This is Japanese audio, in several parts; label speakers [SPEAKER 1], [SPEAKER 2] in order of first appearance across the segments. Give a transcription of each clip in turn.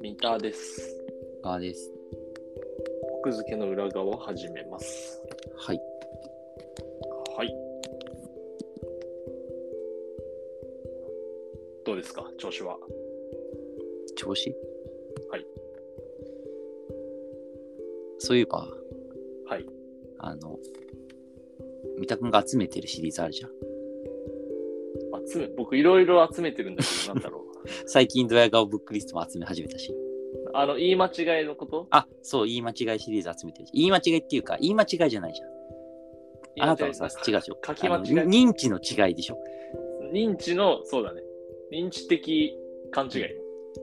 [SPEAKER 1] 三田です。
[SPEAKER 2] あです。
[SPEAKER 1] 奥付けの裏側を始めます。
[SPEAKER 2] はい。
[SPEAKER 1] はい。どうですか、調子は。
[SPEAKER 2] 調子
[SPEAKER 1] はい。
[SPEAKER 2] そういえば、
[SPEAKER 1] はい。
[SPEAKER 2] あの、三田くんが集めてるシリーズあるじゃん。
[SPEAKER 1] 集め、僕いろいろ集めてるんだけど、なんだろ う。
[SPEAKER 2] 最近、ドヤ顔ブックリストも集め始めたし。
[SPEAKER 1] あの、言い間違いのこと
[SPEAKER 2] あ、そう、言い間違いシリーズ集めてるし。言い間違いっていうか、言い間違いじゃないじゃん。あなたはさ、違うでしょ。
[SPEAKER 1] 書き間違
[SPEAKER 2] あの
[SPEAKER 1] い。
[SPEAKER 2] 認知の違いでしょ。
[SPEAKER 1] 認知の、そうだね。認知的勘違い。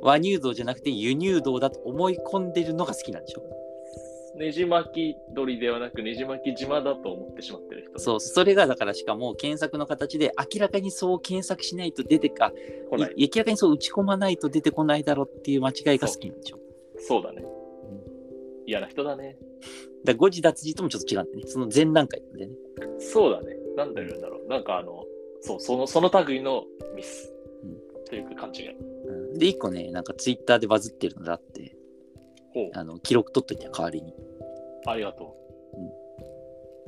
[SPEAKER 2] 和乳道じゃなくて輸入道だと思い込んでるのが好きなんでしょ。
[SPEAKER 1] ねじ巻き鳥ではなく、ねじ巻き島だと思ってしまってる人。
[SPEAKER 2] そう、それがだからしかも検索の形で明らかにそう検索しないと出てか、
[SPEAKER 1] 来ない。
[SPEAKER 2] い明らかにそう打ち込まないと出てこないだろうっていう間違いが好きなんでしょ。
[SPEAKER 1] そうだね。嫌な人だね。
[SPEAKER 2] だから誤字脱字ともちょっと違うんだよね。その前段階でね。
[SPEAKER 1] そうだね。なんて言うんだろう。なんかあの、そう、その、その類のミス。というか勘違い。
[SPEAKER 2] うん、で、一個ね、なんかツイッターでバズってるのだって、
[SPEAKER 1] ほう。
[SPEAKER 2] あの記録取っといたよ代わりに。
[SPEAKER 1] ありがと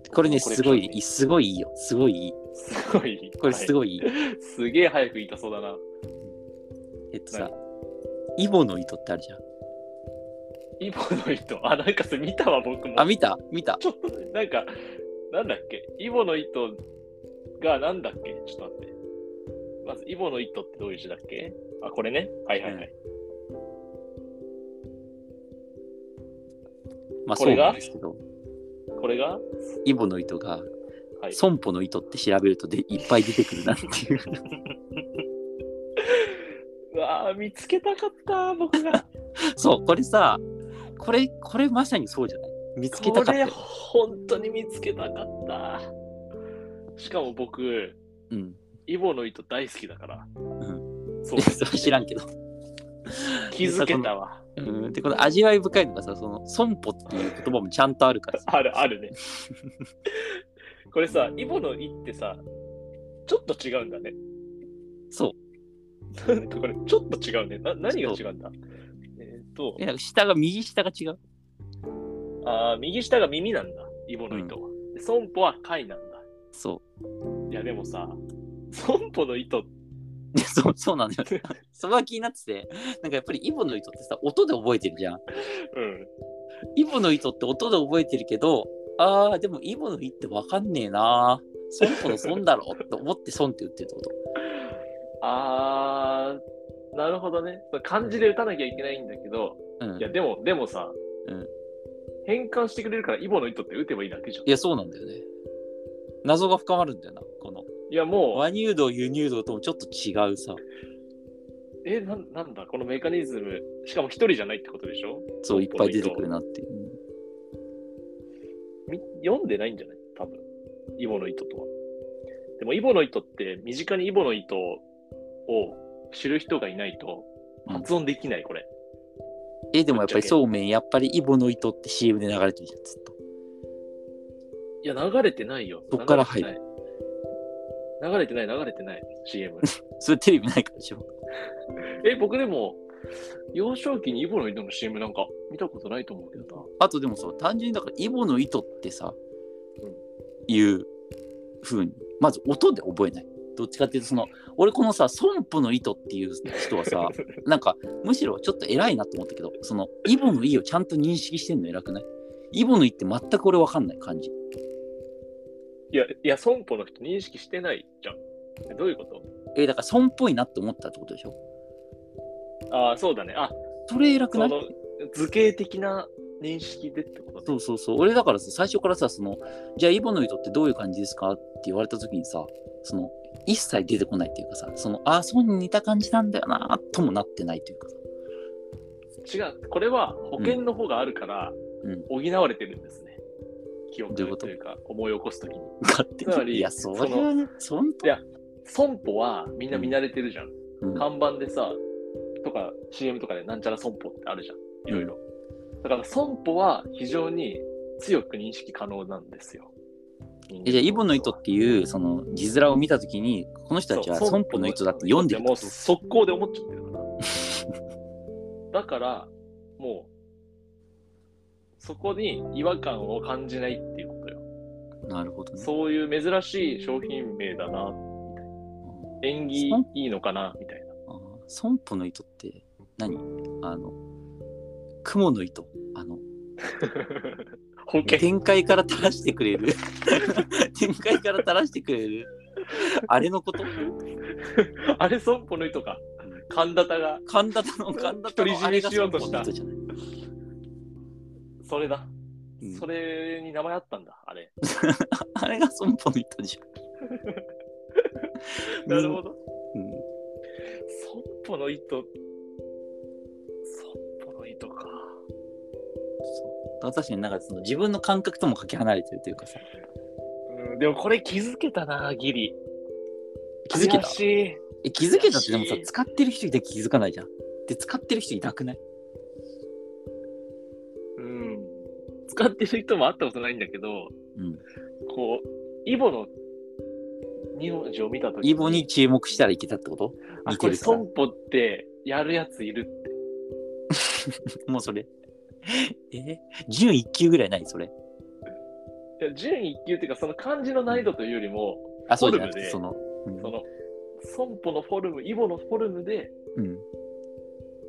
[SPEAKER 1] う。
[SPEAKER 2] これね、
[SPEAKER 1] コレク
[SPEAKER 2] す
[SPEAKER 1] ショ
[SPEAKER 2] ご
[SPEAKER 1] ン
[SPEAKER 2] い、いいすごいいいよ。すごいいい。
[SPEAKER 1] すごい。
[SPEAKER 2] これす
[SPEAKER 1] は
[SPEAKER 2] ごいいい。
[SPEAKER 1] い。すげえ早く言いたそうだな。
[SPEAKER 2] えっとさ、イボの糸ってあるじゃん。
[SPEAKER 1] イボの糸。あ、なんかそれ見たわ、僕も。
[SPEAKER 2] あ、見た見た
[SPEAKER 1] ちょっと、なんか、なんだっけ。イボの糸がなんだっけちょっと待って。まず、イボの糸ってどういう字だっけあ、これね。はいはいはい。
[SPEAKER 2] まあ
[SPEAKER 1] こ
[SPEAKER 2] そう
[SPEAKER 1] れが
[SPEAKER 2] なんですけど、
[SPEAKER 1] これが
[SPEAKER 2] イボの糸が、
[SPEAKER 1] はい。
[SPEAKER 2] 損保の糸って調べるとでいっぱい出てくるなって いう。
[SPEAKER 1] うわあ、見つけたかった、僕が。
[SPEAKER 2] そう、これさ、これ、これまさにそうじゃない見つけ
[SPEAKER 1] こ
[SPEAKER 2] たかった
[SPEAKER 1] れ
[SPEAKER 2] よ。
[SPEAKER 1] 本当に見つけたかったしかも僕
[SPEAKER 2] うん。
[SPEAKER 1] イボの糸大好きだから、
[SPEAKER 2] ん
[SPEAKER 1] そう
[SPEAKER 2] それ知らんけど。
[SPEAKER 1] 気づけた わ
[SPEAKER 2] うん、でこの味わい深いのがさその損保っていう言葉もちゃんとある からさ
[SPEAKER 1] あるあるねこれさイボの「い」ってさちょっと違うんだね
[SPEAKER 2] そう
[SPEAKER 1] なんかこれちょっと違うねな何が違うんだえーっと
[SPEAKER 2] えなんか下が右下が違う
[SPEAKER 1] あー右下が耳なんだイボの糸は、で損保は貝なんだ
[SPEAKER 2] そ
[SPEAKER 1] いやでもさ損保の糸
[SPEAKER 2] う でそうそうなのよそこが気になっててなんかやっぱりイボの糸ってさ音で覚えてるじゃん
[SPEAKER 1] うん
[SPEAKER 2] イボの糸って音で覚えてるけどあーでもイボの糸ってわかんねえな損保の損だろって思って損って言ってるってこと
[SPEAKER 1] あー、なるほどね。そう漢字で打たなきゃいけないんだけど、
[SPEAKER 2] うん
[SPEAKER 1] いや、でも、でもさ、
[SPEAKER 2] うん
[SPEAKER 1] 変換してくれるから、イボの糸って打てばいいだけじゃん。
[SPEAKER 2] いやそうなんだよね謎が深まるんだよなこの
[SPEAKER 1] いや、も
[SPEAKER 2] 和乳道輸入道ともちょっと違うさ
[SPEAKER 1] う、え、なんなんだ、このメカニズム、しかも一人じゃないってことでしょ
[SPEAKER 2] そういっぱい出てくるなっていううん
[SPEAKER 1] み読んでないんじゃない多分、イボの糸とは。でも、イボの糸って、身近にイボの糸を知る人がいないと、
[SPEAKER 2] うん
[SPEAKER 1] 発音できない、これ。
[SPEAKER 2] え、でもやっぱりそうめん、やっぱりイボの糸って CM で流れてるじゃん、ずっと。
[SPEAKER 1] いや、流れてないよ。
[SPEAKER 2] そっから入
[SPEAKER 1] 流れてない。流れてない、流れてない、CM。
[SPEAKER 2] それテレビないからでしょ。
[SPEAKER 1] え、僕でも、幼少期にイボの糸の CM なんか見たことないと思うけどな。
[SPEAKER 2] あとでもさ、単純にだからイボの糸ってさ、
[SPEAKER 1] うん
[SPEAKER 2] いう風に、まず音で覚えない。どっちかっていうと、その、俺このさ、損保の糸っていう人 はさ、なんか、むしろちょっと偉いなと思ったけど、その、イボの意をちゃんと認識してんの偉くないイボの意って全く俺わかんない感じ。
[SPEAKER 1] いや、いや、損保の人認識してないじゃん。えどういうこ
[SPEAKER 2] え、だから損っぽいなって思ったってことでしょ
[SPEAKER 1] とああ、そうだね。あ、
[SPEAKER 2] それ偉く
[SPEAKER 1] そ
[SPEAKER 2] ない
[SPEAKER 1] の図形的な認識でってことね。
[SPEAKER 2] そうそうそう。俺だからさ、最初からさ、その、じゃあイボの糸ってどういう感じですかって言われた時にさ、その、一切出てこないっていうかさ、その、ああ、そうに似た感じなんだよな、ともなってないというかさ。
[SPEAKER 1] 違う。これは保険の方があるから、
[SPEAKER 2] うん
[SPEAKER 1] 補われてるんですね。記憶
[SPEAKER 2] どういうこと
[SPEAKER 1] というか、思い起こすときに。
[SPEAKER 2] 勝手
[SPEAKER 1] つまり
[SPEAKER 2] に。いや、それはね、そんと
[SPEAKER 1] い。や損保はみんな見慣れてるじゃん。
[SPEAKER 2] うん
[SPEAKER 1] 看板でさ、とか CM とかでなんちゃら損保ってあるじゃん。いろいろ。だから損保は非常に強く認識可能なんですよ。
[SPEAKER 2] えじゃあイボの糸っていうその字面を見たときにこの人たちは損保の糸だって読んでる
[SPEAKER 1] もう速攻で思っちゃってるから だからもうそこに違和感を感じないっていうことよ
[SPEAKER 2] なるほどね
[SPEAKER 1] そういう珍しい商品名だな縁起いいのかなみたいな
[SPEAKER 2] あー損保の糸って何あの雲の糸あの
[SPEAKER 1] 保険
[SPEAKER 2] 展開から垂らしてくれる 展開から垂らしてくれるあれのこと
[SPEAKER 1] あれ損保の糸か神田田が
[SPEAKER 2] 神田の神田
[SPEAKER 1] 独り
[SPEAKER 2] のあ
[SPEAKER 1] 占
[SPEAKER 2] れ
[SPEAKER 1] め
[SPEAKER 2] が
[SPEAKER 1] しよ
[SPEAKER 2] 損
[SPEAKER 1] うと
[SPEAKER 2] 保
[SPEAKER 1] し
[SPEAKER 2] の
[SPEAKER 1] た
[SPEAKER 2] 糸じゃない、
[SPEAKER 1] それだ、
[SPEAKER 2] うん
[SPEAKER 1] それに名前あったんだあれ
[SPEAKER 2] あれが損保の糸でし ょ
[SPEAKER 1] なるほど
[SPEAKER 2] うん
[SPEAKER 1] そっぽの糸。そっぽの糸か。
[SPEAKER 2] そう確かになんかその自分の感覚ともかけ離れてるというかさ
[SPEAKER 1] うん、でもこれ気づけたな、ギリ。
[SPEAKER 2] 気づけ
[SPEAKER 1] 悔
[SPEAKER 2] た
[SPEAKER 1] しい。
[SPEAKER 2] え気づけたってでもさ
[SPEAKER 1] 悔しい
[SPEAKER 2] 使ってる人いたら気づかないじゃんで使ってる人いなくない
[SPEAKER 1] うん。使ってる人も会ったことないんだけど、
[SPEAKER 2] うん
[SPEAKER 1] こう、イボの名字を見たとき
[SPEAKER 2] イボに、注目したらいけたってこと
[SPEAKER 1] あ、
[SPEAKER 2] 似
[SPEAKER 1] こ
[SPEAKER 2] て
[SPEAKER 1] れ
[SPEAKER 2] るから
[SPEAKER 1] 損保ってやるやついる。
[SPEAKER 2] もうそれえ準1級ぐらいないそれ
[SPEAKER 1] いや準一級っていうか、その漢字の難易度というよりも、
[SPEAKER 2] あそうじゃなく
[SPEAKER 1] フォルム
[SPEAKER 2] て
[SPEAKER 1] で
[SPEAKER 2] その、うん
[SPEAKER 1] その、損保のフォルム、イボのフォルムで、
[SPEAKER 2] うん、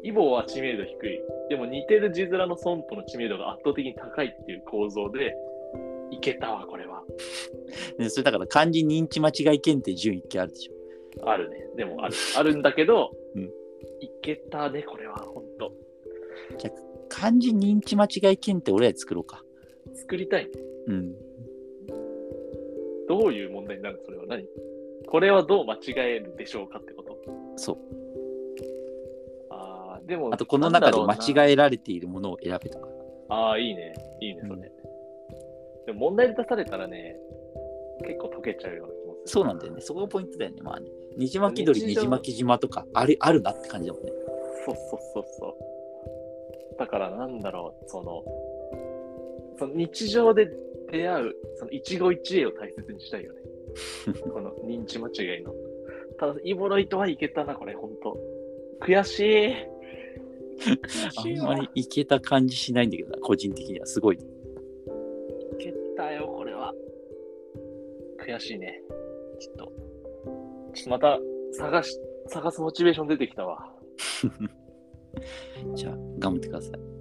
[SPEAKER 1] イボは知名度低い。でも似てる字面の損保の知名度が圧倒的に高いっていう構造で、いけたわ、これは。
[SPEAKER 2] でそれだから漢字認知間違い検定準1級あるでしょ
[SPEAKER 1] あるね。で もある。あるんだけど、
[SPEAKER 2] うん
[SPEAKER 1] いけたね、これは、ほんと。
[SPEAKER 2] 漢字認知間違い検定俺らで作ろうか
[SPEAKER 1] 作りたい。
[SPEAKER 2] うん
[SPEAKER 1] どういう問題になるそれは何これはどう間違えるでしょうかってこと
[SPEAKER 2] そう
[SPEAKER 1] あーでも、
[SPEAKER 2] あとこの中で間
[SPEAKER 1] え。
[SPEAKER 2] 違えられているものを選べとか
[SPEAKER 1] ああ、いいね。いいね、それ。
[SPEAKER 2] うん
[SPEAKER 1] でも問題で出されたらね、結構解けちゃうような気もする。
[SPEAKER 2] そうなんだよね。そこがポイントだよね。まあね。にじまき鳥、にじまき島とか、あれ、あるなって感じだもんね。
[SPEAKER 1] そうそうそうそう。だからなんだろう、その、その日常で出会う、その一期一会を大切にしたい よね。この認知間違いの。ただ、イボロイトはいけたな、これ、ほんと。悔し い。
[SPEAKER 2] あ
[SPEAKER 1] 悔しい
[SPEAKER 2] ん
[SPEAKER 1] わ
[SPEAKER 2] まりいけた感じしないんだけどな、個人的には。すごい。ち
[SPEAKER 1] いけたよ、これは。悔しいね。ちょっと。ちょっとまた、探し、探すモチベーション出てきたわ。
[SPEAKER 2] ゃあ、頑張ってください。